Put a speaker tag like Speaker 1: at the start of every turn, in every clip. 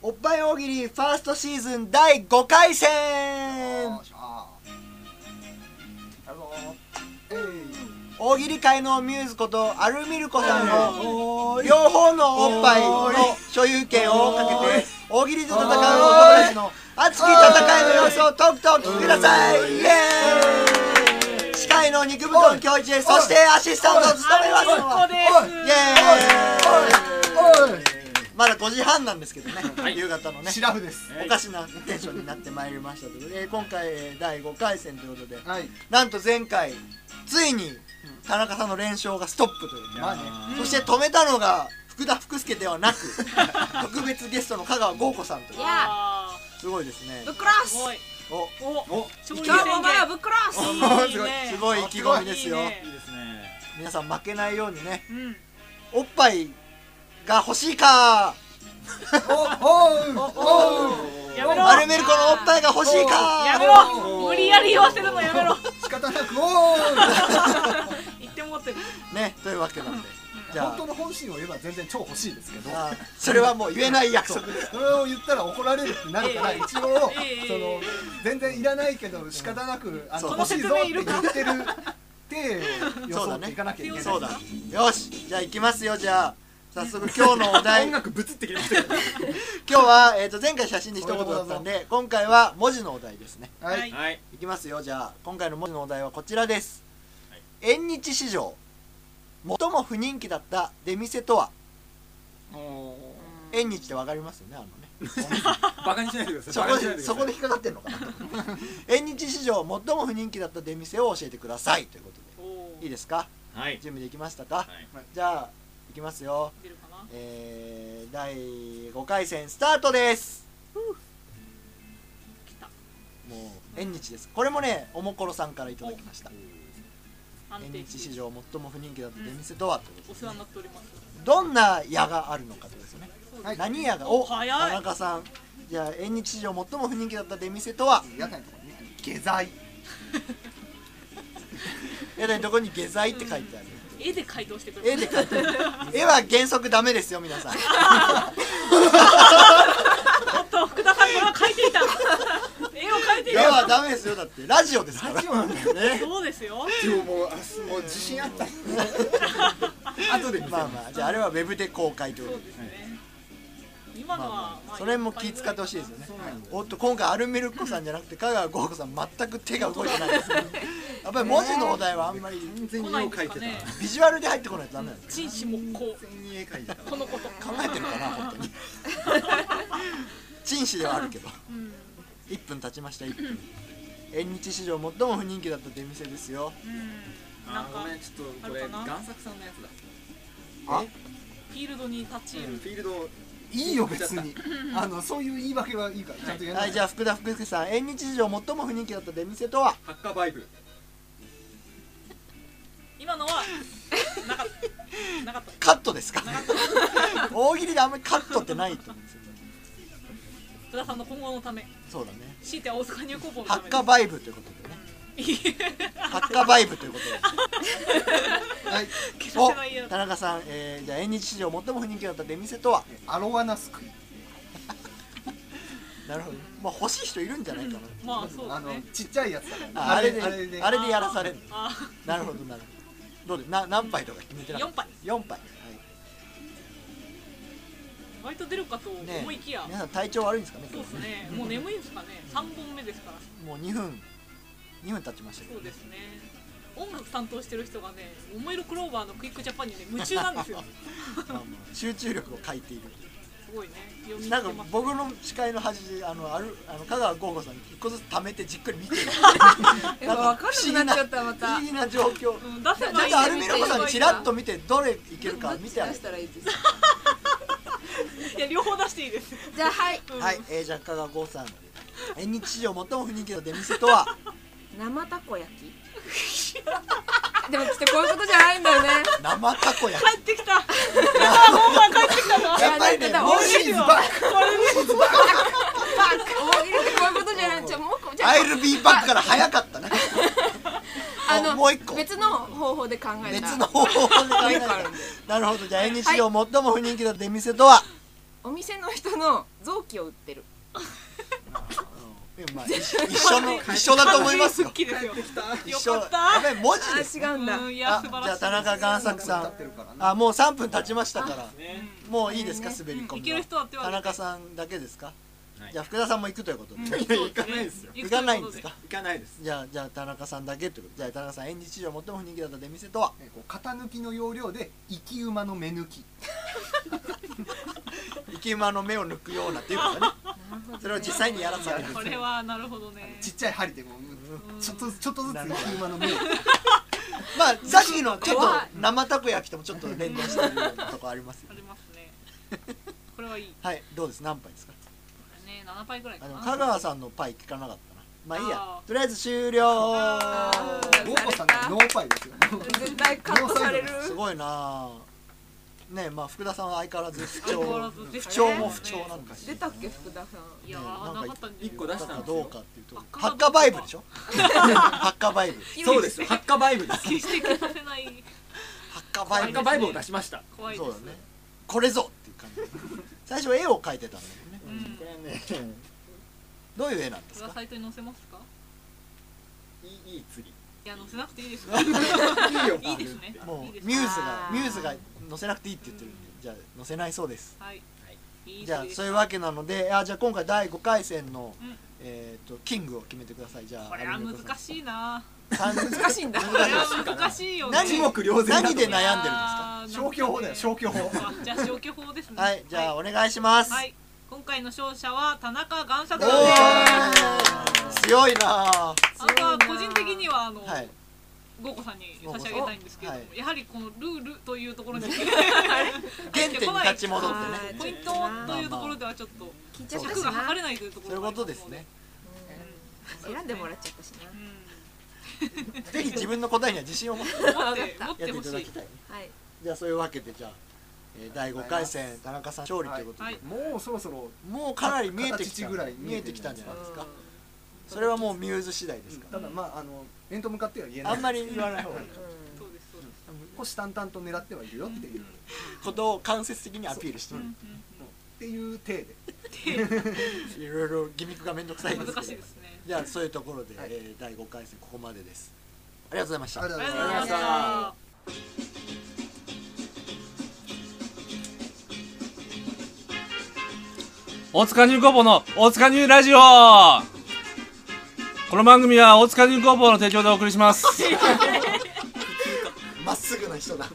Speaker 1: おっぱい大喜利ファーストシーズン第5回戦
Speaker 2: よっしゃやるぞえい
Speaker 1: 大喜利界のミューズことアルミルコさんの
Speaker 2: お
Speaker 1: 両方のおっぱいの所有権をかけて大喜利で戦う男たちの熱き戦いの様子をとくとお聞きくださいイエーイ司会の肉布団教一ですそしてアシスタントを務めますのはイエ
Speaker 2: おいおい
Speaker 1: ーイまだ5時半なんですけどね夕方のね
Speaker 2: シラフです
Speaker 1: おかしなテンションになってまいりましたということでえー今回えー第5回戦ということで
Speaker 2: はい
Speaker 1: なんと前回ついに田中さんの連勝がストップという、
Speaker 2: まあね
Speaker 1: そして止めたのが福田福助ではなく 特別ゲストの香川豪子さんという
Speaker 3: や
Speaker 1: すごいですね
Speaker 3: ぶっ殺
Speaker 4: すごい
Speaker 1: お
Speaker 4: お
Speaker 2: お
Speaker 4: 超いい宣
Speaker 3: 今日もお前は
Speaker 4: 言
Speaker 3: ぶっ殺す
Speaker 4: いいね
Speaker 1: すごいすごい意気込みですよ
Speaker 4: いいね
Speaker 5: いいですね。
Speaker 1: 皆さん負けないようにね
Speaker 4: うん
Speaker 1: おっぱいが欲しいか
Speaker 2: おおお
Speaker 4: やめろ
Speaker 1: 丸める子のおっぱいが欲しい
Speaker 4: や
Speaker 1: か
Speaker 4: めろ無理やり言わせるのやめろ
Speaker 2: 仕方なくお
Speaker 4: 言ってもってる
Speaker 1: ねというわけなんでじゃ
Speaker 2: 本当の本心を言えば全然超欲しいですけど
Speaker 1: ああそれはもう言えない約束です
Speaker 2: それを言ったら怒られるってなるから一応
Speaker 4: ええ
Speaker 2: その全然いらないけど仕方なくあの
Speaker 1: そう
Speaker 2: 欲しいぞって言ってる手を
Speaker 1: そう
Speaker 2: 装
Speaker 1: だ
Speaker 2: って
Speaker 1: ね
Speaker 2: いかなきゃいけない
Speaker 1: そうだよしじゃあ行きますよじゃあ早 速今日のお題
Speaker 5: 音楽ぶつってきましたけど。
Speaker 1: 今日は、えー、と前回写真で一言だったんで今回は文字のお題ですね
Speaker 2: はい
Speaker 4: はい
Speaker 5: はい。
Speaker 1: いきますよじゃあ今回の文字のお題はこちらです、
Speaker 5: はい
Speaker 1: 縁日史上最も不人気だった出店とは縁日ってわかりますよねあのね
Speaker 5: バカにしないでください。
Speaker 1: そ
Speaker 5: バカ
Speaker 1: こ
Speaker 5: にしない
Speaker 1: でそ
Speaker 5: ください
Speaker 1: こで引っかかってんのかな縁日史上最も不人気だった出店を教えてくださいということ
Speaker 4: お
Speaker 1: でいい
Speaker 4: で
Speaker 1: ですか
Speaker 5: はい。
Speaker 1: 準備できましたか、
Speaker 5: い
Speaker 1: じゃあいきますよ
Speaker 4: 出るかな
Speaker 1: えー、第5回戦スタートです
Speaker 4: 来た
Speaker 1: もう縁日ですこれもねおもころさんからいただきました
Speaker 4: 安
Speaker 1: 縁
Speaker 4: 定
Speaker 1: 日史
Speaker 4: して
Speaker 1: 上最も不人気だった出店とはってこと
Speaker 4: お
Speaker 1: です
Speaker 4: 世
Speaker 1: ね
Speaker 4: 話になっております
Speaker 1: どんな矢があるのかってことですよね、
Speaker 2: はい
Speaker 1: 何矢がお
Speaker 4: 早い
Speaker 1: 田中さんじゃあ縁日史上最も不人気だった出店とは
Speaker 2: 屋台のとこに下剤
Speaker 1: やだどこに下剤って書いてある
Speaker 4: 絵で回答してくれ
Speaker 1: 絵で書いてある絵は原則ダメですよ皆さん
Speaker 4: おっと福田さんこれは描いていた絵を描いてい
Speaker 1: 絵
Speaker 4: た
Speaker 1: はダメですよだってラジオですからね
Speaker 4: そうですよ
Speaker 5: でももう明日もう自信あった。後で見せ
Speaker 1: まあ
Speaker 5: ま
Speaker 1: まあじゃああれはウェブで公開という
Speaker 4: そ
Speaker 1: こ
Speaker 4: う
Speaker 1: とで
Speaker 4: ですね今の
Speaker 1: まあ
Speaker 4: は
Speaker 1: まあそれも気使ってほしいですよね
Speaker 4: そう
Speaker 1: おっと今回アルミルッコさんじゃなくて香川豪子さん全く手が動いてないですねやっぱり文字のお題はあんまり
Speaker 5: 完全
Speaker 4: 来
Speaker 5: に
Speaker 4: な
Speaker 5: 絵
Speaker 4: い
Speaker 5: を
Speaker 4: んです
Speaker 5: 描い
Speaker 4: か
Speaker 5: てた。
Speaker 4: ね
Speaker 5: 完
Speaker 1: ビジュアルで入ってこないとダメなんです
Speaker 4: 陳氏木工
Speaker 5: 全に絵描いてた。
Speaker 4: このこと
Speaker 1: 考えてるかな本当に 陳詞ではあるけど
Speaker 4: うん
Speaker 1: 1分経ちました1分縁日史上最も不人気だった出店ですよ
Speaker 4: うんなん
Speaker 5: あーご
Speaker 4: か
Speaker 5: めんちょっとこ
Speaker 4: あ
Speaker 5: れ
Speaker 4: るかな
Speaker 5: 贋作さんのやつだ。
Speaker 4: フィールドに立ち入
Speaker 5: フ
Speaker 4: る
Speaker 5: ィールド
Speaker 2: いいよ別にあのそういう言い訳はいいからちゃんとやらな
Speaker 1: はいじゃあ福田福助さん縁日史上最も不人気だった出店とは
Speaker 5: ハッカーバイブ。
Speaker 4: 今のは なかったなかった
Speaker 1: カットですか大喜利であんまりカットってないと思うんですよ
Speaker 4: 福田さんの今後のため
Speaker 1: そうだね
Speaker 4: 強いては大阪入高校の
Speaker 1: ハ
Speaker 4: た
Speaker 1: ッ
Speaker 4: め
Speaker 1: カ バイブということでね
Speaker 4: いい
Speaker 1: ハッカバイブということで
Speaker 2: はい
Speaker 4: 消
Speaker 1: お
Speaker 4: させないよ
Speaker 1: 田中さん、えー、じゃあ縁日史上最も不人気だった出店とは
Speaker 2: アロワナスクイ
Speaker 1: なるほど、まあ、欲しい人いるんじゃないかな、
Speaker 4: まあそう
Speaker 2: あ
Speaker 4: だ
Speaker 2: の
Speaker 4: ね
Speaker 2: ちっちゃいやつだからね
Speaker 1: ああれであ
Speaker 2: あ
Speaker 1: れ
Speaker 2: れ
Speaker 1: で
Speaker 2: で
Speaker 1: やらされる
Speaker 4: あ
Speaker 1: なるほどなるほどどうでな何杯とか決めてなかっ
Speaker 4: 4杯
Speaker 1: た4杯、は
Speaker 4: 割と出るかと
Speaker 1: い、ね
Speaker 4: 思いきや
Speaker 1: 皆さん体調悪いんですかね
Speaker 4: そう
Speaker 1: 今
Speaker 4: です
Speaker 1: 日ね
Speaker 4: ねもう眠いですかね3本目ですから
Speaker 1: もう2分2分経ちましたけ
Speaker 4: そ
Speaker 1: ど
Speaker 4: うですね音楽担当してる人がね「桃色クローバー」のクイックジャパンにね夢中なんで すよ
Speaker 1: まあまあ集中力を欠いてい
Speaker 4: すごいね読
Speaker 1: る
Speaker 4: み
Speaker 1: なん
Speaker 4: 解
Speaker 1: か
Speaker 4: けます
Speaker 1: 僕の視界の端であのあるあの香川豪吾さん一個ずつ貯めてじっくり見てる
Speaker 3: え分かんなく なっちゃったま
Speaker 1: 不
Speaker 3: た
Speaker 1: 思議な状況
Speaker 4: うん、出せ
Speaker 1: ちょ
Speaker 4: ば
Speaker 1: っ
Speaker 4: いい
Speaker 1: と
Speaker 4: ん
Speaker 1: ア
Speaker 4: だ
Speaker 1: ル
Speaker 4: よ
Speaker 1: ミロコさんにチラッと見てどれいけるか見てあ
Speaker 3: ど
Speaker 1: げて
Speaker 3: っち出したらいいですか
Speaker 4: いや両方出していいです、
Speaker 3: じゃあはい
Speaker 4: うん
Speaker 1: はい、えー、じゃあ香川豪さん縁日史上最も不人気の出店とは
Speaker 3: 生たこ焼き でもきっとこういうことじゃないんだよね
Speaker 1: 生たこ 焼き
Speaker 4: 帰ってきたああもうま帰ってきたな
Speaker 1: やっぱりね
Speaker 3: いやだってだ
Speaker 1: もう
Speaker 3: 美味
Speaker 4: しいわ これです
Speaker 3: 大喜利ってこういうことじゃないじゃあもうこじゃあ
Speaker 1: アイルビーバックから早か ったね
Speaker 3: あの
Speaker 1: もう一個
Speaker 3: 別の方法で考えた
Speaker 1: 別の方法で考え
Speaker 3: もう一
Speaker 1: た
Speaker 3: 個あるんで
Speaker 1: なるほどじゃあ縁日史上最も不人気の出店とは、
Speaker 3: お店の人の臓器を売ってる
Speaker 1: うんでもまあ一緒一緒の一緒だと思います よ
Speaker 4: 完全に復帰ですよ
Speaker 1: 一
Speaker 4: よ
Speaker 1: 緒
Speaker 4: かっ
Speaker 1: や
Speaker 4: た
Speaker 1: べ文字です
Speaker 3: あ違うんだ
Speaker 4: うんいや
Speaker 1: あ
Speaker 4: 素
Speaker 1: じ
Speaker 4: 晴らしい
Speaker 1: ゃあ田中贋作さ
Speaker 2: 立
Speaker 1: ん
Speaker 2: ってるからね
Speaker 1: あもう3分経ちましたから
Speaker 5: ね
Speaker 1: もういいですか
Speaker 3: ね
Speaker 1: 滑り
Speaker 4: うん
Speaker 1: 込
Speaker 4: いける
Speaker 1: み
Speaker 4: 人は手を
Speaker 1: は田
Speaker 4: 挙げて
Speaker 1: 中さんだけですか
Speaker 5: はい
Speaker 1: じゃあ福田さんも行くということ
Speaker 4: うん
Speaker 1: で
Speaker 4: そうですね
Speaker 5: いかないです よ
Speaker 1: 行かないんですか
Speaker 5: 行かないです
Speaker 1: じゃあじゃあ田中さんだけということでじゃあ田中さん縁日場最も不人気だった出店 とは
Speaker 2: えこう型抜きの要領で生き馬の目抜き
Speaker 1: 生き馬の目を抜くようなっていうかね それを実際にやらされる
Speaker 4: これはなるほどね
Speaker 2: ちっちゃい針でもうちょっとちょっとずつ生き馬の目を
Speaker 1: まあさっきのちょっ
Speaker 3: 怖い
Speaker 1: と生たこ焼きともちょっと連動してるようなとこあり ますよ
Speaker 4: ありますねこれはいい
Speaker 1: はいどうです何杯ですか
Speaker 4: ね7倍ぐらい
Speaker 1: あ
Speaker 4: か
Speaker 1: で
Speaker 4: な
Speaker 1: も香川さんのパイ聞かなかったなまあいいや
Speaker 4: あー
Speaker 1: とりあえず終了
Speaker 4: あー
Speaker 2: ゴーコさんのノーパイですよ
Speaker 3: 絶対カットされる
Speaker 1: すごいなあねえまあ福田さんは相変わらず不
Speaker 4: 相変わら
Speaker 1: 調
Speaker 4: ず
Speaker 1: 不調も不調なんですよ
Speaker 3: 出たっけ福田さん
Speaker 4: いやーなかったんじゃない
Speaker 5: 一個出
Speaker 1: だ
Speaker 5: し
Speaker 1: か
Speaker 5: た
Speaker 1: ら
Speaker 5: んですよ
Speaker 1: どうかっていうとこハッカバイブでしょハッカバイブ
Speaker 5: そうですハッカバイブですハ
Speaker 4: 決して消させない
Speaker 1: ハッカバイ
Speaker 5: ッ
Speaker 1: ブ
Speaker 5: カバイブを出しました
Speaker 4: 怖いで
Speaker 1: そうだ
Speaker 4: す
Speaker 1: ねこれぞっていう感じ最初絵を描いてたんだけどね
Speaker 4: うん
Speaker 5: これはね
Speaker 1: どういう絵なんで
Speaker 4: こ
Speaker 1: す
Speaker 4: れは
Speaker 1: か
Speaker 4: サイトに載せますか
Speaker 5: いいいい釣り
Speaker 4: いや載せなくていいですよ
Speaker 5: いいよ
Speaker 4: いいですね
Speaker 1: もう
Speaker 4: いいです
Speaker 1: ミューズが
Speaker 3: あー
Speaker 1: ミューズが載せなくていいって言ってるんでじゃあ載せないそうです
Speaker 4: はいいい
Speaker 1: じゃあ
Speaker 4: です
Speaker 1: そういうわけなのであじゃあ今回第5回戦の、
Speaker 4: うん
Speaker 1: えー、とキングを決めてくださいじゃあ
Speaker 4: これは難
Speaker 1: い
Speaker 4: しいな
Speaker 3: 難しいんだ
Speaker 4: これは難しいよね
Speaker 1: 何
Speaker 5: 一目瞭然だと
Speaker 1: 何で悩んでるんですか
Speaker 4: いやー
Speaker 2: 消去法だよ消去法
Speaker 4: あじゃあ消去法ですね
Speaker 1: はいじゃあお願いします、
Speaker 4: はい今回の勝者は田中贋作
Speaker 1: お
Speaker 4: さんです
Speaker 1: ー強いなあ
Speaker 4: あとは個人的にはあの、
Speaker 1: はい
Speaker 4: ゴーコさんに差し上げたいんですけれども、
Speaker 1: は
Speaker 4: やはりこのルールというところに
Speaker 1: 原点に立ち戻ってね
Speaker 3: はい
Speaker 4: ポイントというところではちょっと
Speaker 3: 緊張しま
Speaker 4: 尺
Speaker 3: し
Speaker 4: が
Speaker 3: たな
Speaker 4: 測れないというとこ
Speaker 1: そうい
Speaker 4: ろ
Speaker 1: う
Speaker 4: が
Speaker 1: こ
Speaker 4: ありま
Speaker 1: と
Speaker 4: の
Speaker 1: ですね
Speaker 3: うん選んでもらっちゃったしな
Speaker 1: ぜひ自分の答えには自信を持って
Speaker 4: うん持って持っ
Speaker 1: やって
Speaker 4: て
Speaker 1: い
Speaker 4: ほ
Speaker 1: た
Speaker 4: し
Speaker 1: だ
Speaker 4: い
Speaker 1: きたいね
Speaker 3: はい
Speaker 1: じゃあそういうわけでじゃあ、えー第5回戦田中さん勝利ということで、
Speaker 4: はい
Speaker 2: もうそろそろ
Speaker 1: もうかなり見えてき
Speaker 2: 形
Speaker 1: た
Speaker 2: ぐらい
Speaker 1: 見えてきたんじゃないですか
Speaker 3: うん
Speaker 1: それはもうミューズ次第ですか
Speaker 2: ただまああの面と向かっては言え
Speaker 1: ら
Speaker 2: ない
Speaker 1: あんまり言わない方がいい
Speaker 3: うん
Speaker 4: そうですそうです
Speaker 2: 虎視眈々と狙ってはいるよっていうっ
Speaker 1: ことを間接的にアピールして
Speaker 4: うん
Speaker 1: る
Speaker 4: うん
Speaker 2: ていう体で
Speaker 1: いろいろギミックがめんどくさい
Speaker 4: う
Speaker 1: で
Speaker 4: ん
Speaker 1: す
Speaker 4: 難し
Speaker 1: け
Speaker 4: い
Speaker 1: ど
Speaker 4: ですね
Speaker 1: じゃあそういうところで、
Speaker 2: はい
Speaker 1: えー第5回戦ここまでですありがとうございました
Speaker 2: ありが
Speaker 4: あ
Speaker 2: と
Speaker 4: り
Speaker 2: うご
Speaker 4: が
Speaker 2: ざ
Speaker 4: とうご
Speaker 2: い
Speaker 4: ざい
Speaker 2: ま
Speaker 4: まし
Speaker 2: す
Speaker 4: た
Speaker 6: 大塚ニュー工房の大塚ニューラジオこの番組は大塚ニュー工房の提供でお送りします
Speaker 1: まっすぐな人だ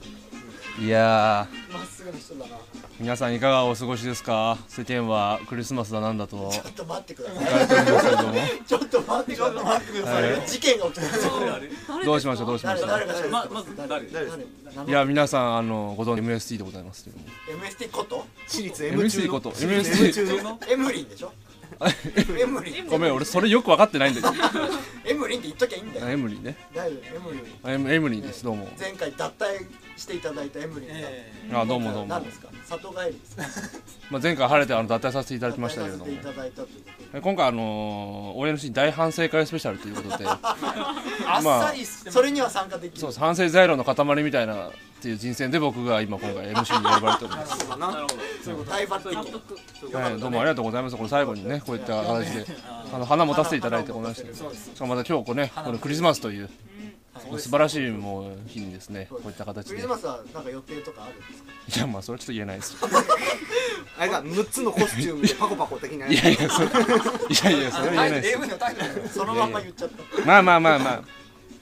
Speaker 6: いや
Speaker 1: まっすぐな人だな
Speaker 6: ー皆さんいかがお過ごしですか世間はクリスマスだなんだと
Speaker 1: ちょっと待ってくだ
Speaker 6: 伺
Speaker 1: さ
Speaker 6: っておりますけれども
Speaker 1: いちょっと待ってちょっと待ってください、
Speaker 6: はい
Speaker 1: 事件が起きてます
Speaker 6: どうしましたどうしま
Speaker 1: 誰
Speaker 6: した
Speaker 1: 誰が喋る
Speaker 5: ままず誰
Speaker 1: 誰誰
Speaker 6: いや皆さんあのご存知 MST でございますけども
Speaker 1: MST こと
Speaker 2: 私立 M 中
Speaker 6: MST
Speaker 2: の
Speaker 6: こと MST
Speaker 1: エムリンでしょエム リン
Speaker 6: ごめん俺それよく分かってないんだけ
Speaker 1: エムリンって言っときゃいいんだ
Speaker 6: ど
Speaker 1: よ
Speaker 6: エムリーね
Speaker 1: 大丈夫エムリン
Speaker 6: エムエムリーですどうも
Speaker 1: 前回脱退していただいたエムリンさん、
Speaker 6: あどうもどうも
Speaker 1: 何、ですか里帰りですか
Speaker 6: まあ、前回晴れてあの脱退させていただきましたけれ
Speaker 1: 脱退させ
Speaker 6: ども
Speaker 1: ていただいたということで
Speaker 6: 今回あのー、ONC 大反省会スペシャルというこ とで
Speaker 5: あっ
Speaker 6: ま
Speaker 5: さ
Speaker 6: あ
Speaker 5: りして
Speaker 1: それには参加でき
Speaker 6: そう
Speaker 1: る
Speaker 6: です反省材料の塊みたいなっていう人選で僕が今今回 MC に呼ばれております、
Speaker 5: すなるほど
Speaker 1: 大抜
Speaker 4: 納
Speaker 1: 擢
Speaker 4: 得
Speaker 6: はい、どうもありがとうございますこれ最後にねこういった形であの花持たせていただいておりましたけどしかもまた今日こうねこのクリスマスというもう素晴らしいもう日にですねこういった形
Speaker 1: ク
Speaker 6: で
Speaker 1: リスマスはなんか予定とかあるんですか
Speaker 6: いやまあそれはちょっと言えないです
Speaker 2: あれが6つのコスチュームでパコパコ的ないや
Speaker 6: やいやそれいやいやそれは言えないです
Speaker 5: AV のタイトル
Speaker 1: そのまんま言っちゃった
Speaker 6: まあまあまあまあ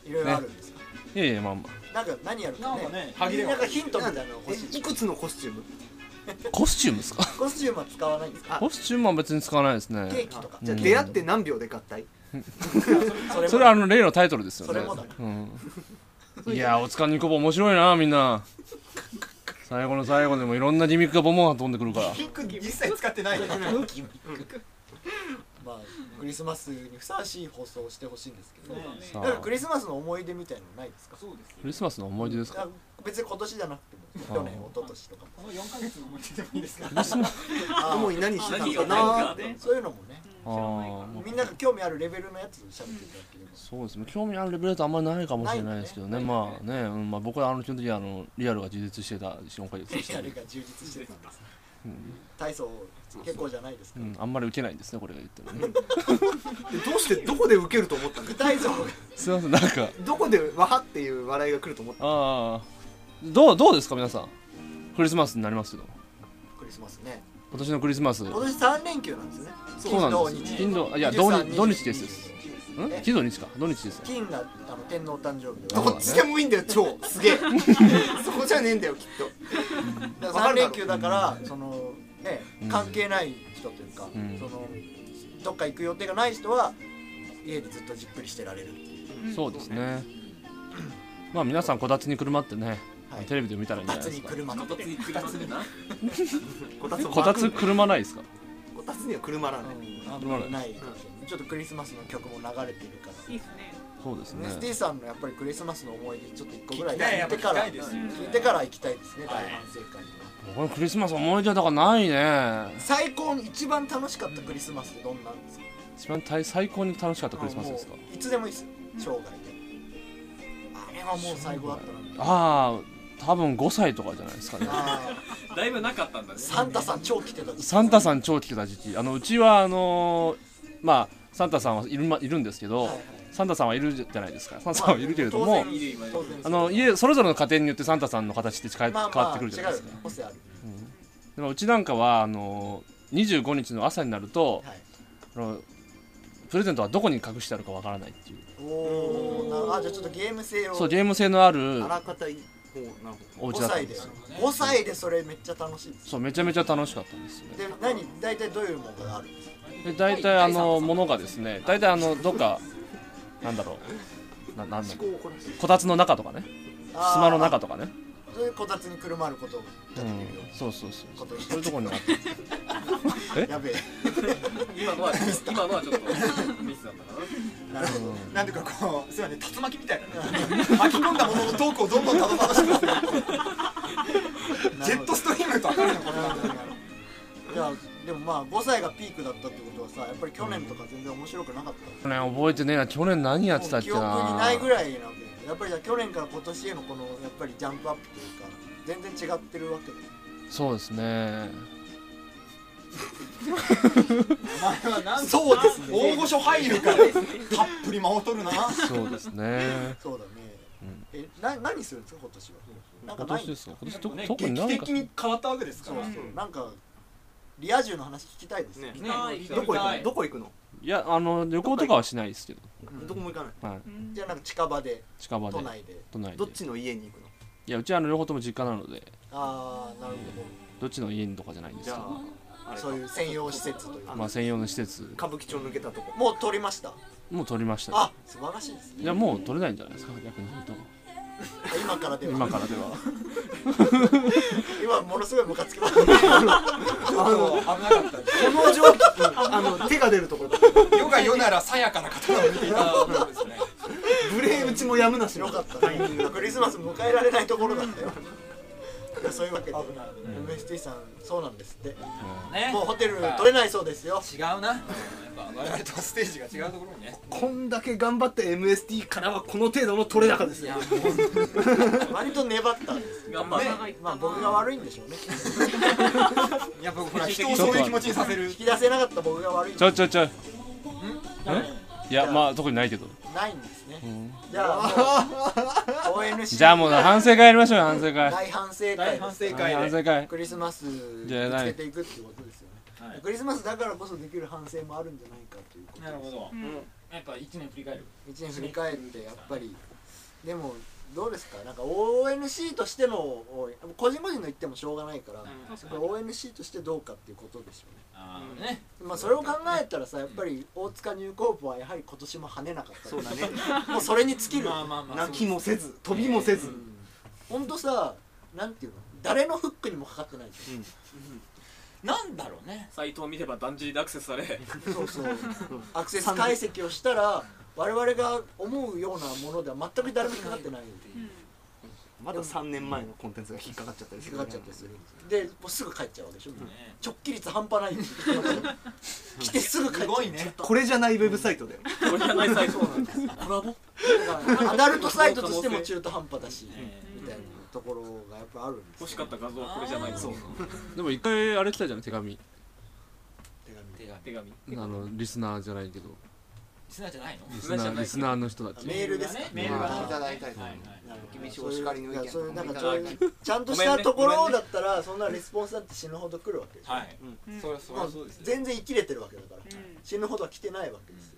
Speaker 1: いろいろあるんですか、
Speaker 6: いやいやまあま
Speaker 1: なんか何やるか
Speaker 5: な
Speaker 1: ね
Speaker 5: んかね歯切れが
Speaker 1: なんかヒントみたいなの欲しい
Speaker 2: ついくつのコスチューム
Speaker 6: あコスチュームですか
Speaker 1: コスチュームは使わないんですか
Speaker 6: コスチュームは別に使わないです
Speaker 1: ケー
Speaker 6: ね
Speaker 1: キとか
Speaker 2: じゃあ出会って何秒で合体
Speaker 1: それ
Speaker 6: それはあの例のタイトルですよ
Speaker 1: そ
Speaker 6: ね
Speaker 1: れもだね
Speaker 6: うん、いやーおつかにこぼ面白いなみんな最後の最後でもいろんなギミックがボンボン飛んでくるから
Speaker 5: ピンク実際使ってないよ
Speaker 1: まあクリスマスにふさわしい放送をしてほしいんですけど、ね、
Speaker 6: さ
Speaker 1: なんか
Speaker 6: あ
Speaker 1: クリスマスの思い出みたいなのないですか
Speaker 5: そうです
Speaker 6: クリスマスの思い出です
Speaker 1: な
Speaker 6: か
Speaker 1: んか別に今年じゃなくても去年
Speaker 6: あ
Speaker 1: 一
Speaker 6: ー
Speaker 1: 昨年とかも
Speaker 5: この4ヶ月の思い出でもいいですか
Speaker 2: 主に何してたのか
Speaker 5: 何
Speaker 2: な
Speaker 5: が
Speaker 2: ー
Speaker 4: ね
Speaker 1: そういうのもね
Speaker 4: うん知
Speaker 6: あ
Speaker 4: らないか
Speaker 6: ーまあ
Speaker 1: みんなが興味あるレベルのやつを喋っていただければ、
Speaker 6: そうですね興味あるレベルだとあんまりないかもしれないですけどねまあね、うんまあ、僕はあの基本的にあのリアルが充実してた4回です
Speaker 1: リアルが充実してたんです大層結構じゃないですか
Speaker 6: うん、あんまり受けないんですねこれが言ってもね
Speaker 5: どうしてどこで受けると思ったんだ
Speaker 1: 大層
Speaker 6: すいませんなんか
Speaker 5: どこでわはっていう笑いが来ると思った
Speaker 6: ああどうどうですか皆さんクリスマスになりますけど
Speaker 5: クリスマスね
Speaker 6: 今年のクリスマス
Speaker 1: 今年三連休なんですね
Speaker 6: そうなんです金土いや土日土日ですですん
Speaker 1: え
Speaker 6: 金土日か土日です
Speaker 1: 金があの天皇誕生日で
Speaker 6: あ
Speaker 5: どっちでもいいんだよ超すげえそこじゃねえんだよきっと
Speaker 1: だ
Speaker 5: わ
Speaker 1: から三
Speaker 5: か
Speaker 1: 連
Speaker 5: るだろ
Speaker 1: 休だからそのね
Speaker 6: うん
Speaker 1: 関係ない人というか
Speaker 6: うん
Speaker 1: そのどっか行く予定がない人は家でずっとじっくりしてられる
Speaker 6: そうですね まあ皆さんこたつにくるまってね
Speaker 1: はい
Speaker 6: テレビで見たらいいんじゃ
Speaker 1: 二つ
Speaker 6: ないです
Speaker 1: に
Speaker 6: か
Speaker 1: 車の
Speaker 2: こたつにこたつにな
Speaker 5: こたつを
Speaker 6: こたつくるまないですか
Speaker 5: こたつには車なんだよ
Speaker 1: あんまりないかもしれないちょっとクリスマスの曲も流れてるから
Speaker 4: いいですね
Speaker 6: そうですね
Speaker 1: SD さんのやっぱりクリスマスの思い出ちょっと一個ぐらい聞い
Speaker 2: 聞きたい
Speaker 1: てから
Speaker 2: やっぱ聞きたいです
Speaker 1: 聞いてから行きたいですね
Speaker 2: はい
Speaker 1: 大反省会には
Speaker 6: これクリスマス思い出とかないね
Speaker 1: 最高に一番楽しかったクリスマスってどんなんですか
Speaker 6: 一番大最高に楽しかったクリスマスですか
Speaker 1: もういつでもいいです生涯であれはもう最後だったな
Speaker 6: ああ多分5歳とかじゃないですかね
Speaker 1: あ
Speaker 2: だいぶなかったんだね
Speaker 1: ーサンタさん超来てた
Speaker 6: サンタさん超来てた時期あのうちはあのーまあサンタさんはいる,、ま、いるんですけど、
Speaker 1: はいはい
Speaker 6: サンタさんはいるじゃないですかサンタさんはいるけれども、
Speaker 1: まあ当然
Speaker 6: あの家それぞれの家庭によってサンタさんの形って変え
Speaker 1: まあまあ
Speaker 6: 変わってくるじゃないですか
Speaker 1: 違う個性ある
Speaker 6: でもうちなんかはあのー25日の朝になると、
Speaker 1: はい
Speaker 6: あのプレゼントはどこに隠してあるかわからないっていう
Speaker 1: おおなるほどあじゃあちょっとゲーム性を
Speaker 6: そうゲーム性のある
Speaker 5: あらかたいこうなんか
Speaker 6: お家
Speaker 1: 5
Speaker 6: だった
Speaker 1: 歳
Speaker 6: ん
Speaker 1: で
Speaker 6: ですよ
Speaker 1: 5歳でそれめっちゃ楽しいです
Speaker 6: そうめちゃめちゃ楽しかったんですよね
Speaker 1: で何大体どういうものがあるんですか
Speaker 6: で大体あのものがですね大体あのどっかなんだろうななんだろうこたつの中とかね
Speaker 1: あー
Speaker 6: 襖の中とかね
Speaker 1: そういうこたつにくるまることができるよ
Speaker 6: うんそうそうそう
Speaker 1: ことに
Speaker 6: そういうところにあっ
Speaker 1: うやべえ
Speaker 2: 今のは今のはちょっとミスだったかな
Speaker 1: なるほど
Speaker 5: なんていうかこうすいません
Speaker 2: 竜巻みたいなね
Speaker 5: 巻き込んだもののトークをどんどんたどたどしくなってるジェットストリームと分かるのこれなんだよ
Speaker 1: いやでもまあ5歳がピークだったってことはさやっぱり去年とか全然面白くなかった、
Speaker 6: たね覚えてねえな去年何やってた
Speaker 1: も
Speaker 6: っ
Speaker 1: う
Speaker 6: け
Speaker 1: 記
Speaker 6: な
Speaker 1: 憶にないぐらいなわけでやっぱり去年から今年へのこのやっぱりジャンプアップというか全然違ってるわけで
Speaker 6: そうですね
Speaker 5: お前はなんか
Speaker 1: そうです
Speaker 5: 大御所俳優からたっぷり間を取るな
Speaker 6: そうです ね
Speaker 1: そうだね、
Speaker 6: うん
Speaker 1: えな何するんですか今年はなんか
Speaker 6: 今
Speaker 1: ない
Speaker 6: 年
Speaker 1: んで
Speaker 6: ですすか今年と
Speaker 2: ね
Speaker 6: 特になん
Speaker 2: 劇
Speaker 6: か
Speaker 2: 的に変わったわけです
Speaker 1: そ
Speaker 2: か
Speaker 1: う
Speaker 2: ら
Speaker 1: そうなんかリア充の話聞きたいですね
Speaker 5: ね
Speaker 4: ない
Speaker 5: どこ行く
Speaker 2: は
Speaker 5: の
Speaker 2: い
Speaker 5: どこ行くの
Speaker 6: いやあの旅行とかはしないですけど
Speaker 5: どこも行かない
Speaker 6: はい
Speaker 4: うん
Speaker 1: じゃあなんか近場で
Speaker 6: 近場で
Speaker 1: 都内で
Speaker 6: 都内で
Speaker 5: どっちの家に行くの
Speaker 6: いやうちはあの両方とも実家なので
Speaker 1: ああなるほ
Speaker 6: どっちの家にとかじゃないんですけど
Speaker 5: あ
Speaker 1: ど
Speaker 5: れ
Speaker 1: そういう専用施設という
Speaker 5: あ
Speaker 1: か
Speaker 5: の
Speaker 6: まあ専用の施設
Speaker 5: 歌舞伎町抜けたとこ
Speaker 1: もう取りました
Speaker 6: もう取りました
Speaker 1: あ素晴らしいですね
Speaker 6: いやもう取れないんじゃないですか逆に言うと
Speaker 1: 今からでは
Speaker 6: 今からでは
Speaker 1: 今ものすごいムカつきます
Speaker 5: あの
Speaker 2: 危なかっ
Speaker 5: この状況あの手が出るところ
Speaker 2: た世が世ならさやかな方を見ていたところですね
Speaker 5: 無礼打ちもやむなし
Speaker 1: よ
Speaker 5: の
Speaker 1: かったねクリスマス迎えられないところだったよいやそういうわけで MST さんそうなんですって
Speaker 2: ね
Speaker 1: もうホテル取れないそうですよ
Speaker 2: 違うなやっぱ我々とステージが違うところにね
Speaker 5: こんだけ頑張って MST からはこの程度の取れ高ですよ
Speaker 1: 割と粘ったんです
Speaker 2: 頑
Speaker 4: まあ
Speaker 2: ね
Speaker 1: まあ僕が悪いんでしょうね
Speaker 2: やっぱほら人
Speaker 5: 人をそういう気持ちにさせる
Speaker 1: 引き出せなかった僕が悪いん
Speaker 6: ち
Speaker 1: で
Speaker 6: ょちょちょんいやまあ特にないけど
Speaker 1: ないんですねじゃあもう ONC
Speaker 6: じゃあもう反省会やりましょうよ反省会
Speaker 1: 大反省会大反省
Speaker 6: はい反省会
Speaker 1: クリスマス見つけていくってことですよね、
Speaker 2: はい
Speaker 1: クリスマスだからこそできる反省もあるんじゃないかということです
Speaker 2: どやっぱ一年振り返る
Speaker 1: 一年振り返ってやっぱりでもどうですかなんか ONC としてのお個人個人の言ってもしょうがないから、ONC としてどうかっていうことでしょうね
Speaker 2: ああね
Speaker 1: まあそれを考えたらさやっぱり大塚入校部はやはり今年も跳ねなかった
Speaker 5: そうだね
Speaker 1: もうそれに尽きる、
Speaker 2: まあ
Speaker 5: 泣きもせず飛びもせず
Speaker 1: ほんとさなんていうの誰のフックにもかかってないでし
Speaker 2: なんだろうね
Speaker 7: サイトを見れば断じりでアクセスされ
Speaker 1: ょそうそうアクセス解析をしたら我々が思うようなものでは全く誰も引っかかってない
Speaker 5: まだ3年前のコンテンツが引っかかっちゃったり
Speaker 1: 引
Speaker 5: す
Speaker 1: っ
Speaker 5: る
Speaker 1: かかっちゃってするでもうすぐ帰っちゃうわけでしょみんな
Speaker 2: ね
Speaker 1: 直帰率半端ない来てすぐ帰っちゃう
Speaker 2: ね
Speaker 5: これじゃないウェブサイトだよ
Speaker 7: これじゃないサイト
Speaker 1: コラボアダルトサイトとしても中途半端だし、
Speaker 2: ん
Speaker 1: みたいなところがやっぱあるんですよ
Speaker 8: 欲しかった画像はこれじゃないそう
Speaker 6: でも一回あれ来たじゃん手紙
Speaker 1: 手紙
Speaker 9: 手
Speaker 8: 手紙
Speaker 6: あのリスナーじゃないけど
Speaker 9: スナーじゃないの
Speaker 6: リスナーリスナーの人たち
Speaker 10: メールですか
Speaker 9: メールがね
Speaker 10: いただいたりとか
Speaker 9: はいはい
Speaker 10: なるほど
Speaker 1: そう
Speaker 10: お
Speaker 1: いう
Speaker 10: 叱りの意見
Speaker 1: そういうなんか
Speaker 10: いた
Speaker 1: ちょ
Speaker 10: だ
Speaker 1: い
Speaker 10: きちゃんとしたところだったらそんなレスポンスだって死ぬほど来るわけでしょ
Speaker 9: はい
Speaker 5: そりゃそり
Speaker 1: まあ
Speaker 5: ゃそうですね
Speaker 1: 全然生きれてるわけだから
Speaker 4: うん
Speaker 1: 死ぬほどは来てないわけですよ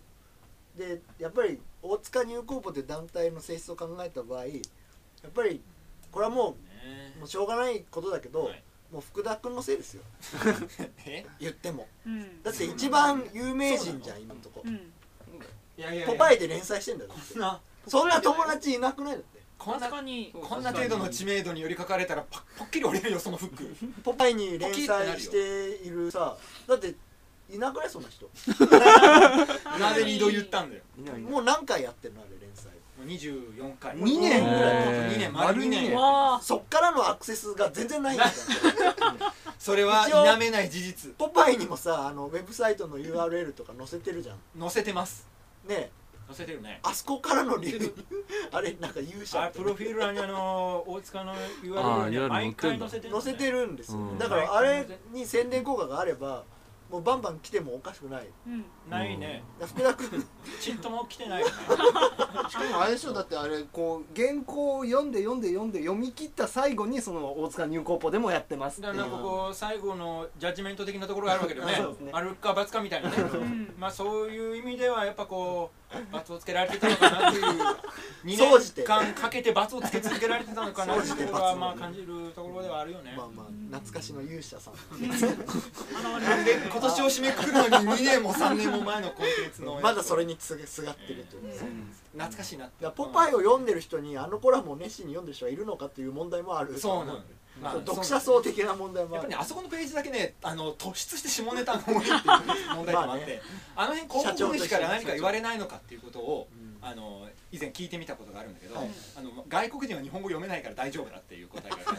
Speaker 1: でやっぱり大塚入高簿という団体の性質を考えた場合やっぱりこれはもうもうしょうがないことだけど、
Speaker 9: はい
Speaker 1: もう福田君のせいですよ
Speaker 9: え
Speaker 1: 言っても
Speaker 4: うん
Speaker 1: だって一番有名人じゃん今のとこ
Speaker 4: うん
Speaker 5: いやいや
Speaker 1: ポパイで連載してんだよだって そんな友達いなくないだって
Speaker 5: こんな
Speaker 4: 確かに
Speaker 5: こんな程度の知名度に寄りかかれたらパッポッキリ折れるよそのフック
Speaker 1: ポパイに連載しているさだっていなくないそんな人
Speaker 5: なぜリード言ったんだよ
Speaker 1: もう何回やってるのあれ連載
Speaker 5: もう24回
Speaker 1: 二年
Speaker 5: ぐ
Speaker 1: ぐらい
Speaker 5: らい2年丸2年
Speaker 4: わあ
Speaker 1: そっからのアクセスが全然ないんだよ
Speaker 5: それは
Speaker 1: 一応
Speaker 5: 否めない事実
Speaker 1: ポパイにもさあのウェブサイトの URL とか載せてるじゃん
Speaker 5: 載せてます
Speaker 1: ねえ
Speaker 9: 載せてるね
Speaker 1: あそこからの理由 あれなんか勇者
Speaker 9: あプロフィール欄にあの大塚の
Speaker 6: あー
Speaker 9: URL に
Speaker 6: URL
Speaker 9: 毎回載
Speaker 6: 載
Speaker 9: せ
Speaker 6: って
Speaker 9: る
Speaker 1: 載せて
Speaker 9: る
Speaker 1: るんですよ、
Speaker 6: うん
Speaker 1: だからあれに宣伝効果があればもうバンバン来てもおかしくない
Speaker 4: うん
Speaker 9: ないね
Speaker 1: 福田君
Speaker 9: ちっとも来てないよね
Speaker 2: しかもあれでしょだってあれこう原稿を読んで読んで読んで読み切った最後にその大塚入稿ポでもやってますって
Speaker 5: だ
Speaker 2: い
Speaker 5: か
Speaker 2: う
Speaker 5: らなんかこう最後のジャッジメント的なところがあるわけだ よね
Speaker 2: そうですね
Speaker 5: あるか罰かみたいなね
Speaker 4: ん
Speaker 5: まあそういう意味ではやっぱこう罰をつけられてたのか なという
Speaker 1: 総
Speaker 5: 2
Speaker 1: じて
Speaker 5: 年間かけて罰をつけ続けられてたのかなっていう
Speaker 1: 総じ
Speaker 5: の
Speaker 1: て罰
Speaker 5: が
Speaker 1: を
Speaker 5: まあ感じるところではあるよね
Speaker 1: まあまあ懐かしの勇者さん
Speaker 5: なんで今年を締めくくるのに2年も3年も前のコンテンツの
Speaker 1: まだそれにすすがってるという、だか
Speaker 5: 懐かしいな
Speaker 1: らポパイを読んでる人にあのコラムを熱心に読んでる人がいるのかっていう問題もある
Speaker 5: そうなんだよまあ
Speaker 1: そう読者層的な問題も
Speaker 5: や
Speaker 1: あ
Speaker 5: っぱ
Speaker 1: る
Speaker 5: りねあそこのページだけねあの突出して下ネタが多いって いう問題もあってあの辺広告主から何か言われないのかっていうことを
Speaker 1: うん
Speaker 5: あの以前聞いてみたことがあるんだけど、
Speaker 1: はい
Speaker 5: あの外国人は日本語読めないから大丈夫だっていう答えがあ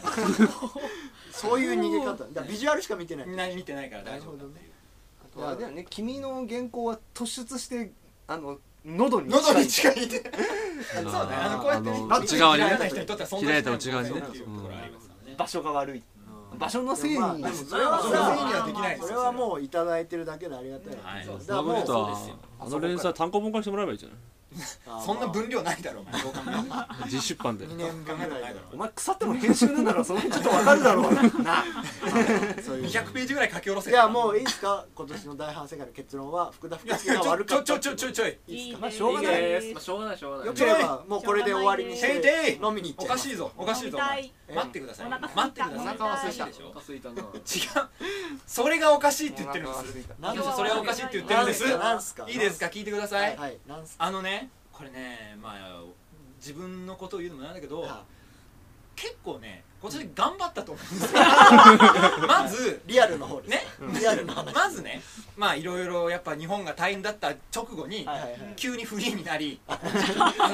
Speaker 1: そういう逃げ方だからビジュアルしか見てない
Speaker 5: るみんな見てないから大丈夫だっていう、
Speaker 2: あとはあれだよね君の原稿は突出してあの喉に
Speaker 5: 喉に
Speaker 2: い
Speaker 5: 近いてそうねあのこうやってね
Speaker 6: あの内側にね
Speaker 5: 嫌いな人にとっては存在しない
Speaker 6: 開いた内側にね
Speaker 5: っていうところがありますからね
Speaker 2: 場所が悪い場所のせいに
Speaker 1: まあでも それは
Speaker 5: それ
Speaker 1: さ
Speaker 5: はにはできないです
Speaker 1: それはもういただいてるだけでありがたいわけ
Speaker 9: は
Speaker 1: で
Speaker 9: い
Speaker 1: すだからもう
Speaker 6: 人はあの連載単行本化してもらえばいいじゃない
Speaker 5: そんな分量ないだろう お前どう考えても
Speaker 6: 実出版で
Speaker 1: 2年分ぐらいだ
Speaker 2: お前腐っても編集なんだからその 辺ちょっとわかるだ ろうな
Speaker 1: そういう
Speaker 5: 200ページぐらい書き下ろせ
Speaker 1: いやもういいですか今年の大反省会の結論は福田福助が悪
Speaker 5: ち
Speaker 1: か
Speaker 5: ょ
Speaker 1: っ
Speaker 5: ち
Speaker 1: た
Speaker 5: ょちょちょちょい
Speaker 4: いいね
Speaker 2: まあしょうがない
Speaker 4: です
Speaker 8: まあしょうがないしょうがな
Speaker 1: よ
Speaker 8: い
Speaker 1: ければもうこれで終わりにして
Speaker 5: テイテイ
Speaker 1: 飲みに行
Speaker 5: お
Speaker 1: っちゃ
Speaker 5: か
Speaker 1: いま
Speaker 5: し
Speaker 1: す
Speaker 5: いぞおかしいぞお
Speaker 4: 飲みた
Speaker 5: 前
Speaker 4: い
Speaker 5: 待ってください
Speaker 4: お
Speaker 5: 待
Speaker 4: 腹
Speaker 5: ってください
Speaker 4: お腹は空いた
Speaker 5: でしょ
Speaker 8: お腹すいたな
Speaker 5: 違うそれがおかしいって言ってるんです
Speaker 1: なんで
Speaker 5: それはおかしいって言ってるん
Speaker 1: 何
Speaker 5: ですす
Speaker 1: か何すか
Speaker 5: いいですか聞いてください
Speaker 1: はい何すか
Speaker 5: あのねこれねまあ自分のことを言うのもなんだけど
Speaker 1: あ
Speaker 5: 結構ね今年頑張ったと思うんですよ まず
Speaker 1: リアルの方です
Speaker 5: ね
Speaker 1: リアルの話
Speaker 5: まずねまあいろいろやっぱ日本が大変だった直後に
Speaker 1: はいはいはい
Speaker 5: 急にフリーになりあ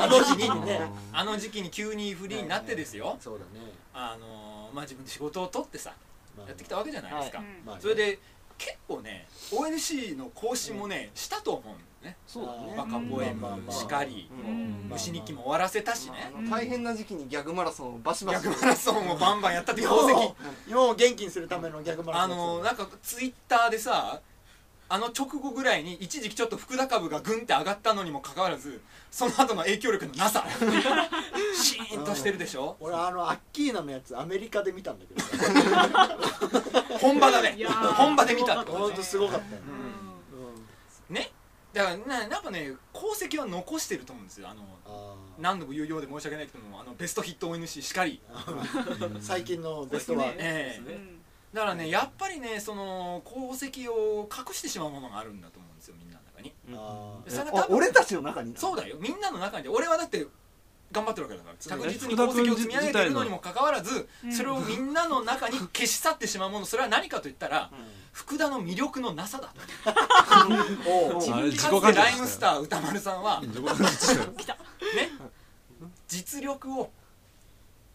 Speaker 5: の時期に
Speaker 1: ね
Speaker 5: あの時期に急にフリーになってですよ
Speaker 1: そうだね
Speaker 5: あのーまあ自分で仕事を取ってさ
Speaker 1: まあ
Speaker 5: やってきたわけじゃないですか
Speaker 4: うん
Speaker 1: まあ
Speaker 5: そ れで結構ね ONC の更新もねしたと思うんだよね
Speaker 2: そうだね
Speaker 5: バカポエムしかり
Speaker 4: うん
Speaker 5: 虫日記も終わらせたし
Speaker 2: ま
Speaker 5: ね
Speaker 2: ああの大変な時期にギャグマラソンをバシバシ
Speaker 5: 逆マラソンもバンバンやったって功績
Speaker 1: よう日本を元気にするための逆マラ
Speaker 5: あ
Speaker 1: ソン
Speaker 5: の
Speaker 1: や
Speaker 5: なんかツイッターでさあの直後ぐらいに一時期ちょっと福田株がグンって上がったのにもかかわらずその後の影響力のなさシーンとしてるでしょ
Speaker 1: つ俺あのアッキーナのやつアメリカで見たんだけど
Speaker 5: 本場だね
Speaker 4: いやー
Speaker 5: 本場で見たってこと
Speaker 1: 本
Speaker 5: ね
Speaker 1: 当すごかったよ
Speaker 5: うん
Speaker 1: うん
Speaker 5: ねだからななんかね功績は残してると思うんですよあの
Speaker 1: あ
Speaker 5: 何度も言うようで申し訳ないけどもあのベストヒット ONC しかり、
Speaker 1: ー最近のベストワン
Speaker 4: そうですね
Speaker 5: ええ
Speaker 4: うん
Speaker 5: だからねやっぱりねその功績を隠してしまうものがあるんだと思うんですよみんなの中に
Speaker 1: あー
Speaker 5: それが
Speaker 2: あ
Speaker 5: 多分
Speaker 2: 俺たちの中に
Speaker 5: そうだよみんなの中に俺はだって頑張ってるわけだから
Speaker 6: うね
Speaker 5: 着実に功績を積み上げているのにもかかわらず
Speaker 4: うん
Speaker 5: それをみんなの中に消し去ってしまうものそれは何かと言ったら福田の魅力のなさだと
Speaker 1: おう
Speaker 6: あれ自
Speaker 5: か
Speaker 6: 己
Speaker 5: つ
Speaker 6: 完
Speaker 5: て
Speaker 6: 結
Speaker 5: ライムスター歌丸さんは
Speaker 6: 自己完結したよ
Speaker 5: ね実力を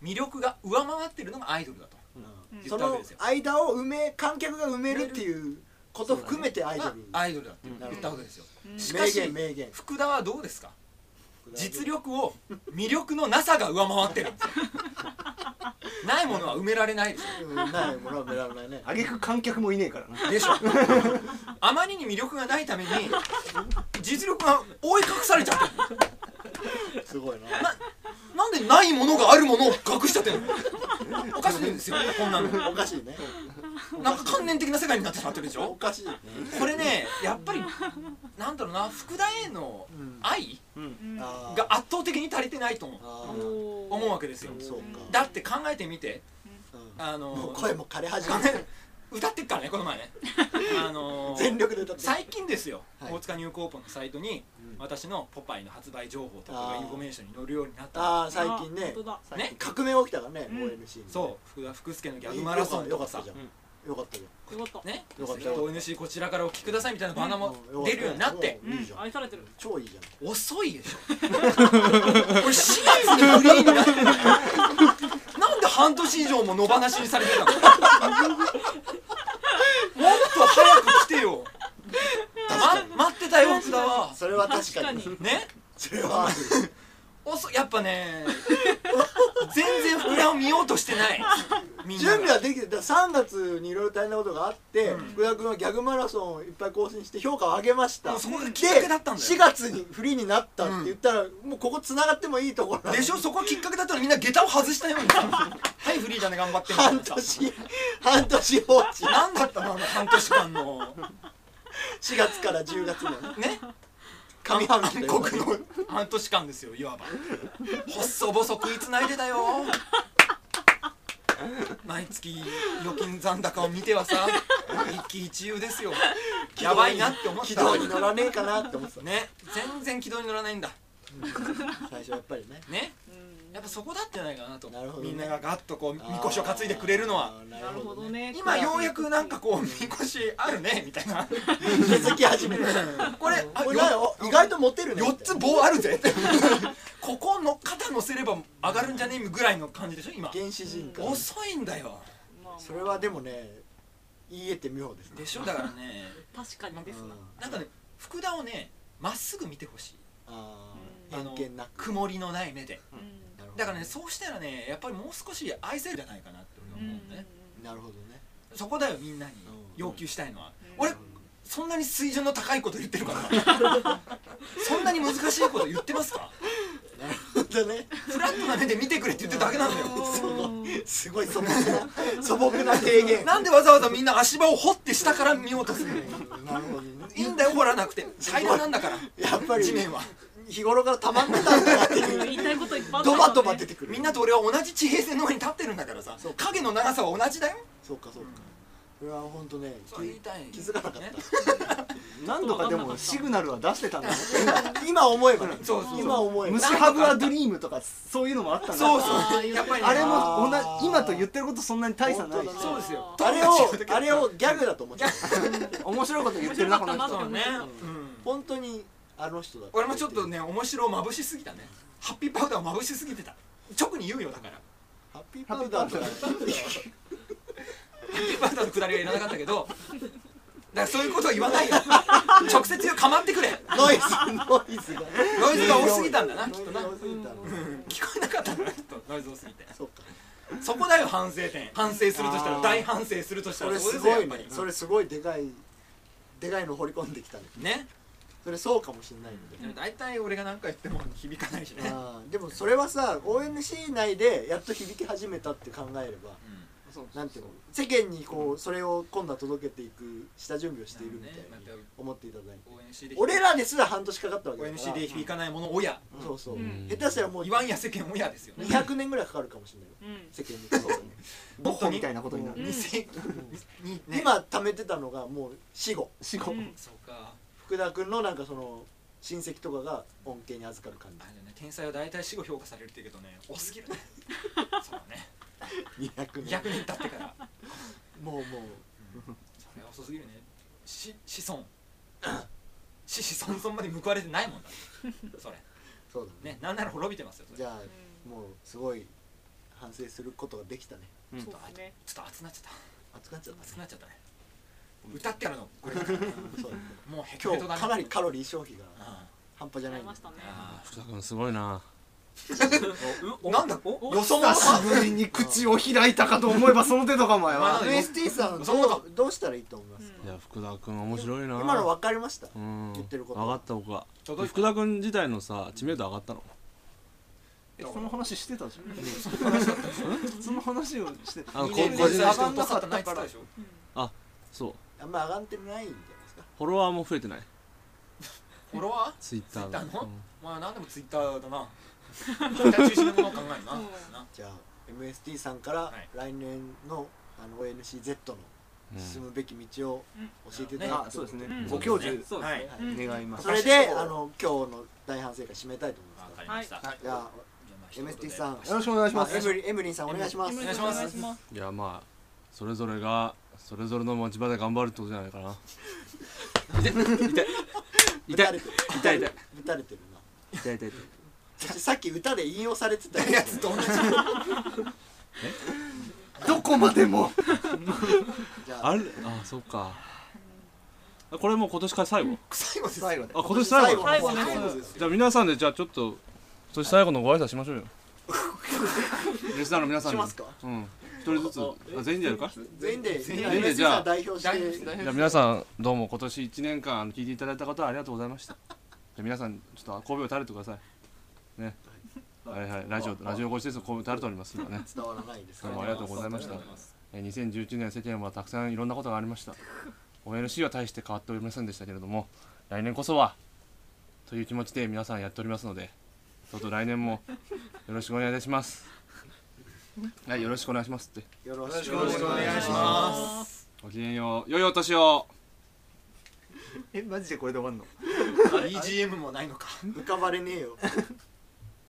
Speaker 5: 魅力が上回ってるのがアイドルだと
Speaker 4: うん
Speaker 5: 言
Speaker 1: そ
Speaker 5: ったわけ
Speaker 1: の
Speaker 5: ですよ
Speaker 1: 間を埋め観客が埋めるっていうことを含めてアイドル
Speaker 5: がアイドルだって言ったわけですよしか
Speaker 1: 名
Speaker 5: し
Speaker 1: 言名言
Speaker 5: 福田はどうですか実力を魅力のなさが上 回ってるんですよないものは埋められないでし
Speaker 1: うんないものは見られないね
Speaker 2: あげく観客もいねえからな
Speaker 5: ょ でしょあまりに魅力がないために実力が覆い隠されちゃってる
Speaker 1: すごいな
Speaker 5: なんでないものがあるものを隠しちゃってるのおかしいんですよこんなの
Speaker 1: おかしいね
Speaker 5: なんか観念的な世界になってしまってるでし
Speaker 1: お
Speaker 5: ょ
Speaker 1: かしいね
Speaker 5: これねやっぱりなんだろうな福田 A の
Speaker 1: うん
Speaker 5: 愛
Speaker 4: うん
Speaker 1: あー
Speaker 5: が圧倒的に足りてないと思う
Speaker 1: あー
Speaker 4: おー
Speaker 5: 思うわけですよ
Speaker 1: そうか
Speaker 5: だって考えてみて
Speaker 1: うんも
Speaker 5: あ
Speaker 1: う
Speaker 5: の
Speaker 1: 声も枯れ始
Speaker 5: 画
Speaker 1: めて
Speaker 5: 面
Speaker 1: る
Speaker 5: 歌ってっからねこ の前ねあのー
Speaker 1: 全力で歌ってる
Speaker 5: 最近ですよ、
Speaker 1: はい
Speaker 5: 大塚ニューコーポのサイトに私の「ポパイ」の発売情報とかが
Speaker 1: あー
Speaker 5: インフォメーションに載るようになった
Speaker 1: ああ最近
Speaker 4: あ
Speaker 1: ね
Speaker 4: 本当だ
Speaker 5: ね
Speaker 1: 革命起きたからね
Speaker 4: うん
Speaker 1: ONC に
Speaker 5: そう福田福助のギャグマラソン
Speaker 1: よか
Speaker 5: とか
Speaker 1: った
Speaker 5: さ
Speaker 1: じゃんよかったよ
Speaker 4: よかった
Speaker 5: ね
Speaker 1: よかったよ
Speaker 5: ONC こちらからお聞きくださいみたいなバナーも
Speaker 1: うん
Speaker 5: 出るようになって
Speaker 1: いいじゃ
Speaker 4: うん
Speaker 1: ん
Speaker 4: 愛されてる
Speaker 1: 超いいじゃん
Speaker 5: 遅いでしょ 俺4月にフリーになってんだよなんで半年以上も野放しにされてたの もっと早く来てよ、ま、待ってたよ福田は
Speaker 1: それは確かに
Speaker 4: 確か
Speaker 5: ね
Speaker 1: それは
Speaker 5: 遅いやっぱね全然膨らを見ようとしてないみんな
Speaker 1: 準備はできてた3月にいろいろ大変なことがあって
Speaker 5: うん
Speaker 1: 福田君はギャグマラソンをいっぱい更新して評価を上げました
Speaker 5: もうそこがきっかけだったんだよ
Speaker 1: で4月にフリーになったって言ったらもうここ繋がってもいいところなの
Speaker 5: でしょそこはきっかけだったらみんな下駄を外したようにはいフリーだね頑張ってみたい
Speaker 1: 半
Speaker 5: なさ
Speaker 1: 年半年放置
Speaker 5: 何だったのあの半年間の
Speaker 1: 4月から10月のね
Speaker 5: ね
Speaker 1: 上半期
Speaker 5: 暗
Speaker 1: というか
Speaker 5: 黒の半年間ですよいわば細々食いつないでたよ毎月預金残高を見てはさ一喜一憂ですよやばいなって思っ
Speaker 1: 軌
Speaker 5: た
Speaker 1: 道に乗らねえかなって思ってた
Speaker 5: ね全然軌道に乗らないんだ
Speaker 1: 最初やっぱりね
Speaker 5: ね
Speaker 4: うん
Speaker 5: やっぱそこだってないかなと
Speaker 1: なるほどね
Speaker 5: みんながガッとこうみこしを担いでくれるのは
Speaker 1: あー
Speaker 4: なるほどね
Speaker 5: 今ようやくなんかこうみこしあるねみたいな
Speaker 1: 気づき始めた
Speaker 5: これあ
Speaker 1: これなんかお意外とモテるね
Speaker 5: 4つ棒あるぜ ここの肩乗せれば上がるんじゃねえぐらいの感じでしょ今
Speaker 1: 原始人か
Speaker 5: 遅いんだよ
Speaker 4: まあまあ
Speaker 1: それはでもね言えて妙ですね
Speaker 5: でしょだからね
Speaker 4: 確かにですな
Speaker 1: うん
Speaker 5: なんかね福田をねまっすぐ見てほしい
Speaker 1: あー
Speaker 5: あの
Speaker 1: 偏見なく
Speaker 5: 曇りのない目で
Speaker 4: うん
Speaker 1: なるほど
Speaker 5: だからねそうしたらねやっぱりもう少し愛せるんじゃないかなって俺は思うんだね
Speaker 1: なるほどね
Speaker 5: そこだよみんなに要求したいのは俺
Speaker 1: うん
Speaker 5: そんなに水準の高いこと言ってるから そんなに難しいこと言ってますか
Speaker 1: なるほどね
Speaker 5: フラットな目で見てくれって言ってるだけなんだよ
Speaker 1: すごいすごい素朴な 素朴な提言
Speaker 5: なんでわざわざみんな足場を掘って下から見ようとするの
Speaker 1: なるほどね
Speaker 5: いいんだよ掘らなくて平らなんだから
Speaker 1: やっぱり
Speaker 5: 地面は
Speaker 1: 日頃から溜まってたんだなっていう
Speaker 4: 言いたいこといっぱいあった
Speaker 1: ド
Speaker 4: んだ
Speaker 1: バ
Speaker 4: ね
Speaker 1: ドバ出てくる
Speaker 5: みんなと俺は同じ地平線の上に立ってるんだからさ
Speaker 1: そう
Speaker 5: 影の長さは同じだよ
Speaker 1: そうかそうかこれは本当ね
Speaker 5: そう言いたい
Speaker 1: 気づかなかった
Speaker 5: ね
Speaker 2: 何度かでもシグナルは出してたんだね
Speaker 1: き今思えばね
Speaker 5: そうそう
Speaker 1: 今思えば
Speaker 2: 虫ハブはドリームとかそういうのもあったんだ
Speaker 5: そう
Speaker 4: あ
Speaker 5: そ
Speaker 4: ー
Speaker 5: うやっぱりね
Speaker 2: あれも同
Speaker 1: あー
Speaker 2: じ今と言ってることそんなに大差ないし
Speaker 1: 本当だ
Speaker 5: そうですよ
Speaker 1: あれをあれをギャグだと思ってた
Speaker 2: 面白いこと言ってるなこの
Speaker 4: 面白
Speaker 2: 人
Speaker 4: か
Speaker 5: そうね
Speaker 1: う
Speaker 5: うん
Speaker 1: 本当にあの人だ
Speaker 5: 俺もちょっとね面白をまぶしすぎたねハッピーパウダーをまぶしすぎてた直に言うよだから
Speaker 1: ハッピーパウダーとか
Speaker 5: ハッピーパウダーのくだりはいらなかったけどだからそういうことは言わないよ直接言うかまってくれ
Speaker 1: ノイズノイズが
Speaker 5: ノイズが多すぎたんだなきっとな
Speaker 1: ノイズが多すぎたの
Speaker 5: 聞こえなかったんだなきっとノイズ多すぎて
Speaker 1: そうか
Speaker 5: そこだよ反省点反省するとした
Speaker 1: あ
Speaker 5: ら
Speaker 1: ー
Speaker 5: 大反省するとした
Speaker 1: そ
Speaker 5: ら
Speaker 1: れ
Speaker 5: そこ
Speaker 1: す
Speaker 5: ですよ
Speaker 1: ご
Speaker 5: やっ
Speaker 1: い
Speaker 5: ぱ
Speaker 1: ね
Speaker 5: り
Speaker 1: それすごいでかいでかいの掘り込んできたね
Speaker 5: ね
Speaker 1: それそうかもしれないので
Speaker 5: でも大体俺が何か言っても響かないしね
Speaker 1: あーでもそれはさ ONC 内でやっと響き始めたって考えればなんていうの世間にこうそれを今度は届けていく下準備をしているみたい
Speaker 5: なるほど
Speaker 1: に
Speaker 5: ね
Speaker 1: 思っていただいて
Speaker 5: うん ONC で
Speaker 1: 俺らですら半年かかったわけだから
Speaker 5: ONC で響かないもの親
Speaker 1: そうそう
Speaker 4: うん
Speaker 1: 下手したらもう
Speaker 5: 言わんや世間親ですよね
Speaker 1: 200年ぐらいかかるかもしれないよ
Speaker 4: うん
Speaker 1: 世間に届 くのに
Speaker 2: ボッホみたいなことになる
Speaker 4: うん
Speaker 5: 2世紀にね
Speaker 1: 今貯めてたのがもう死後
Speaker 2: 死後
Speaker 4: うん
Speaker 5: そうか
Speaker 1: 福田君のなんかその親戚とかが恩恵に預かる感
Speaker 5: あれだね天才は大体死後評価されるって言うけどね多すぎるねそうだね
Speaker 1: じ200
Speaker 5: 200年経ってから
Speaker 1: もうもう
Speaker 5: それは遅すぎるねし子孫子子孫孫まで報われてないもんだそれ
Speaker 1: そうだね
Speaker 5: ねなんなら滅びてますよそ
Speaker 1: じ
Speaker 5: れ
Speaker 1: ゃあもうすごい反省することができたね
Speaker 4: うんそうですね
Speaker 5: ちょっと熱くなっちゃっ
Speaker 1: 熱くなっちゃったた
Speaker 5: 熱
Speaker 1: ね
Speaker 5: くなっちゃったね歌ってからのこれ
Speaker 1: うんそうだね
Speaker 5: もうヘト
Speaker 1: 今
Speaker 5: ヘトだ
Speaker 1: 日か
Speaker 5: ね
Speaker 1: なりカロリー消費が
Speaker 5: うん
Speaker 1: 半端じゃな
Speaker 4: あ
Speaker 1: い
Speaker 4: り
Speaker 1: んで
Speaker 4: ましたね
Speaker 6: 福田君すごいな
Speaker 5: なんだ
Speaker 11: お
Speaker 5: よそもん
Speaker 2: 久しぶりに口を開いたかと思えばその程度かお 前は
Speaker 1: UST さん
Speaker 5: そんな
Speaker 1: ど
Speaker 5: こ
Speaker 1: うどうしたらいいと思います
Speaker 6: いや福田君面白いな
Speaker 1: 今の分かりました
Speaker 6: うん
Speaker 1: 言ってること
Speaker 6: 分かった僕は
Speaker 5: 届いた
Speaker 6: 福田君自体のさ知名度上がったの
Speaker 2: その話してたじゃんその話をして
Speaker 6: あの
Speaker 5: 二
Speaker 6: こ
Speaker 5: 年
Speaker 6: 個
Speaker 5: 連続上
Speaker 6: 人として
Speaker 5: がんなかったないって言ってたでしょ
Speaker 6: そう
Speaker 1: あんま上がってないんじゃないですか
Speaker 6: フォロワーも増えてない
Speaker 5: フォロワー
Speaker 6: ツイッター
Speaker 5: ツイッターの
Speaker 6: うん
Speaker 5: まあ何でもツイッターだ なツイッター中心のものを考えるな
Speaker 4: うん
Speaker 5: な
Speaker 1: じゃあ MST さんから
Speaker 5: い
Speaker 1: 来年のあの ONCZ の進むべき道を教えていただ
Speaker 2: あ
Speaker 1: くと
Speaker 2: そうですね
Speaker 4: うん
Speaker 2: ご教授
Speaker 11: そうですね
Speaker 2: 願います
Speaker 1: それであの今日の大反省会締めたいと思い
Speaker 12: わ
Speaker 1: ます
Speaker 12: かりました
Speaker 5: はい
Speaker 1: じゃあ
Speaker 5: じゃあまあ
Speaker 1: MST さん
Speaker 2: よろしくお願いしま
Speaker 1: あエ
Speaker 2: す
Speaker 1: ムリエムリンさんお願いします
Speaker 4: お願いし
Speaker 5: お願いし
Speaker 4: ます
Speaker 6: いやまあそれぞれがそれぞれの持ち場で頑張るってことじゃないかな
Speaker 1: 痛い痛い痛い打たれてるな
Speaker 6: 痛い痛い
Speaker 1: 私さっき歌で引用されてたや
Speaker 5: やつと同じ
Speaker 2: どこまでも
Speaker 1: じゃあ
Speaker 6: あれあそっかあこれもう今年から最後
Speaker 5: 最後です
Speaker 2: 最後で
Speaker 6: あ今年最後
Speaker 4: 最後ね
Speaker 6: じゃあ皆さんでじゃあちょっと今年最後のご挨拶しましょうよリスナーの皆さん
Speaker 1: し
Speaker 6: に
Speaker 1: ますか
Speaker 6: うん一人ずつあ全員でやるか
Speaker 1: 全員で
Speaker 5: 全
Speaker 6: 員で
Speaker 1: MST
Speaker 6: じゃ
Speaker 1: さ
Speaker 6: あ
Speaker 1: ん代表して
Speaker 6: じゃあ皆さんどうも今年1年間あの聞いていただいた方ありがとうございましたじゃあ皆さんちょっと神戸を垂れてくださいねはいはいラジオラジオ越しです神戸垂れております今ね
Speaker 1: 伝わらないですか
Speaker 6: ど
Speaker 1: ら
Speaker 6: うもありがとうございましたえー2011年世間はたくさんいろんなことがありました ONC は大して変わっておりませんでしたけれども来年こそはという気持ちで皆さんやっておりますのでどうぞ来年もよろしくお願いいたしますはいよろしくお願いしますって
Speaker 1: よろしく
Speaker 5: よろしくお願いします
Speaker 6: ごきげんよう良いお年を
Speaker 2: えマジでこれで終わんの
Speaker 5: BGM もないのか
Speaker 1: 浮かばれねえよ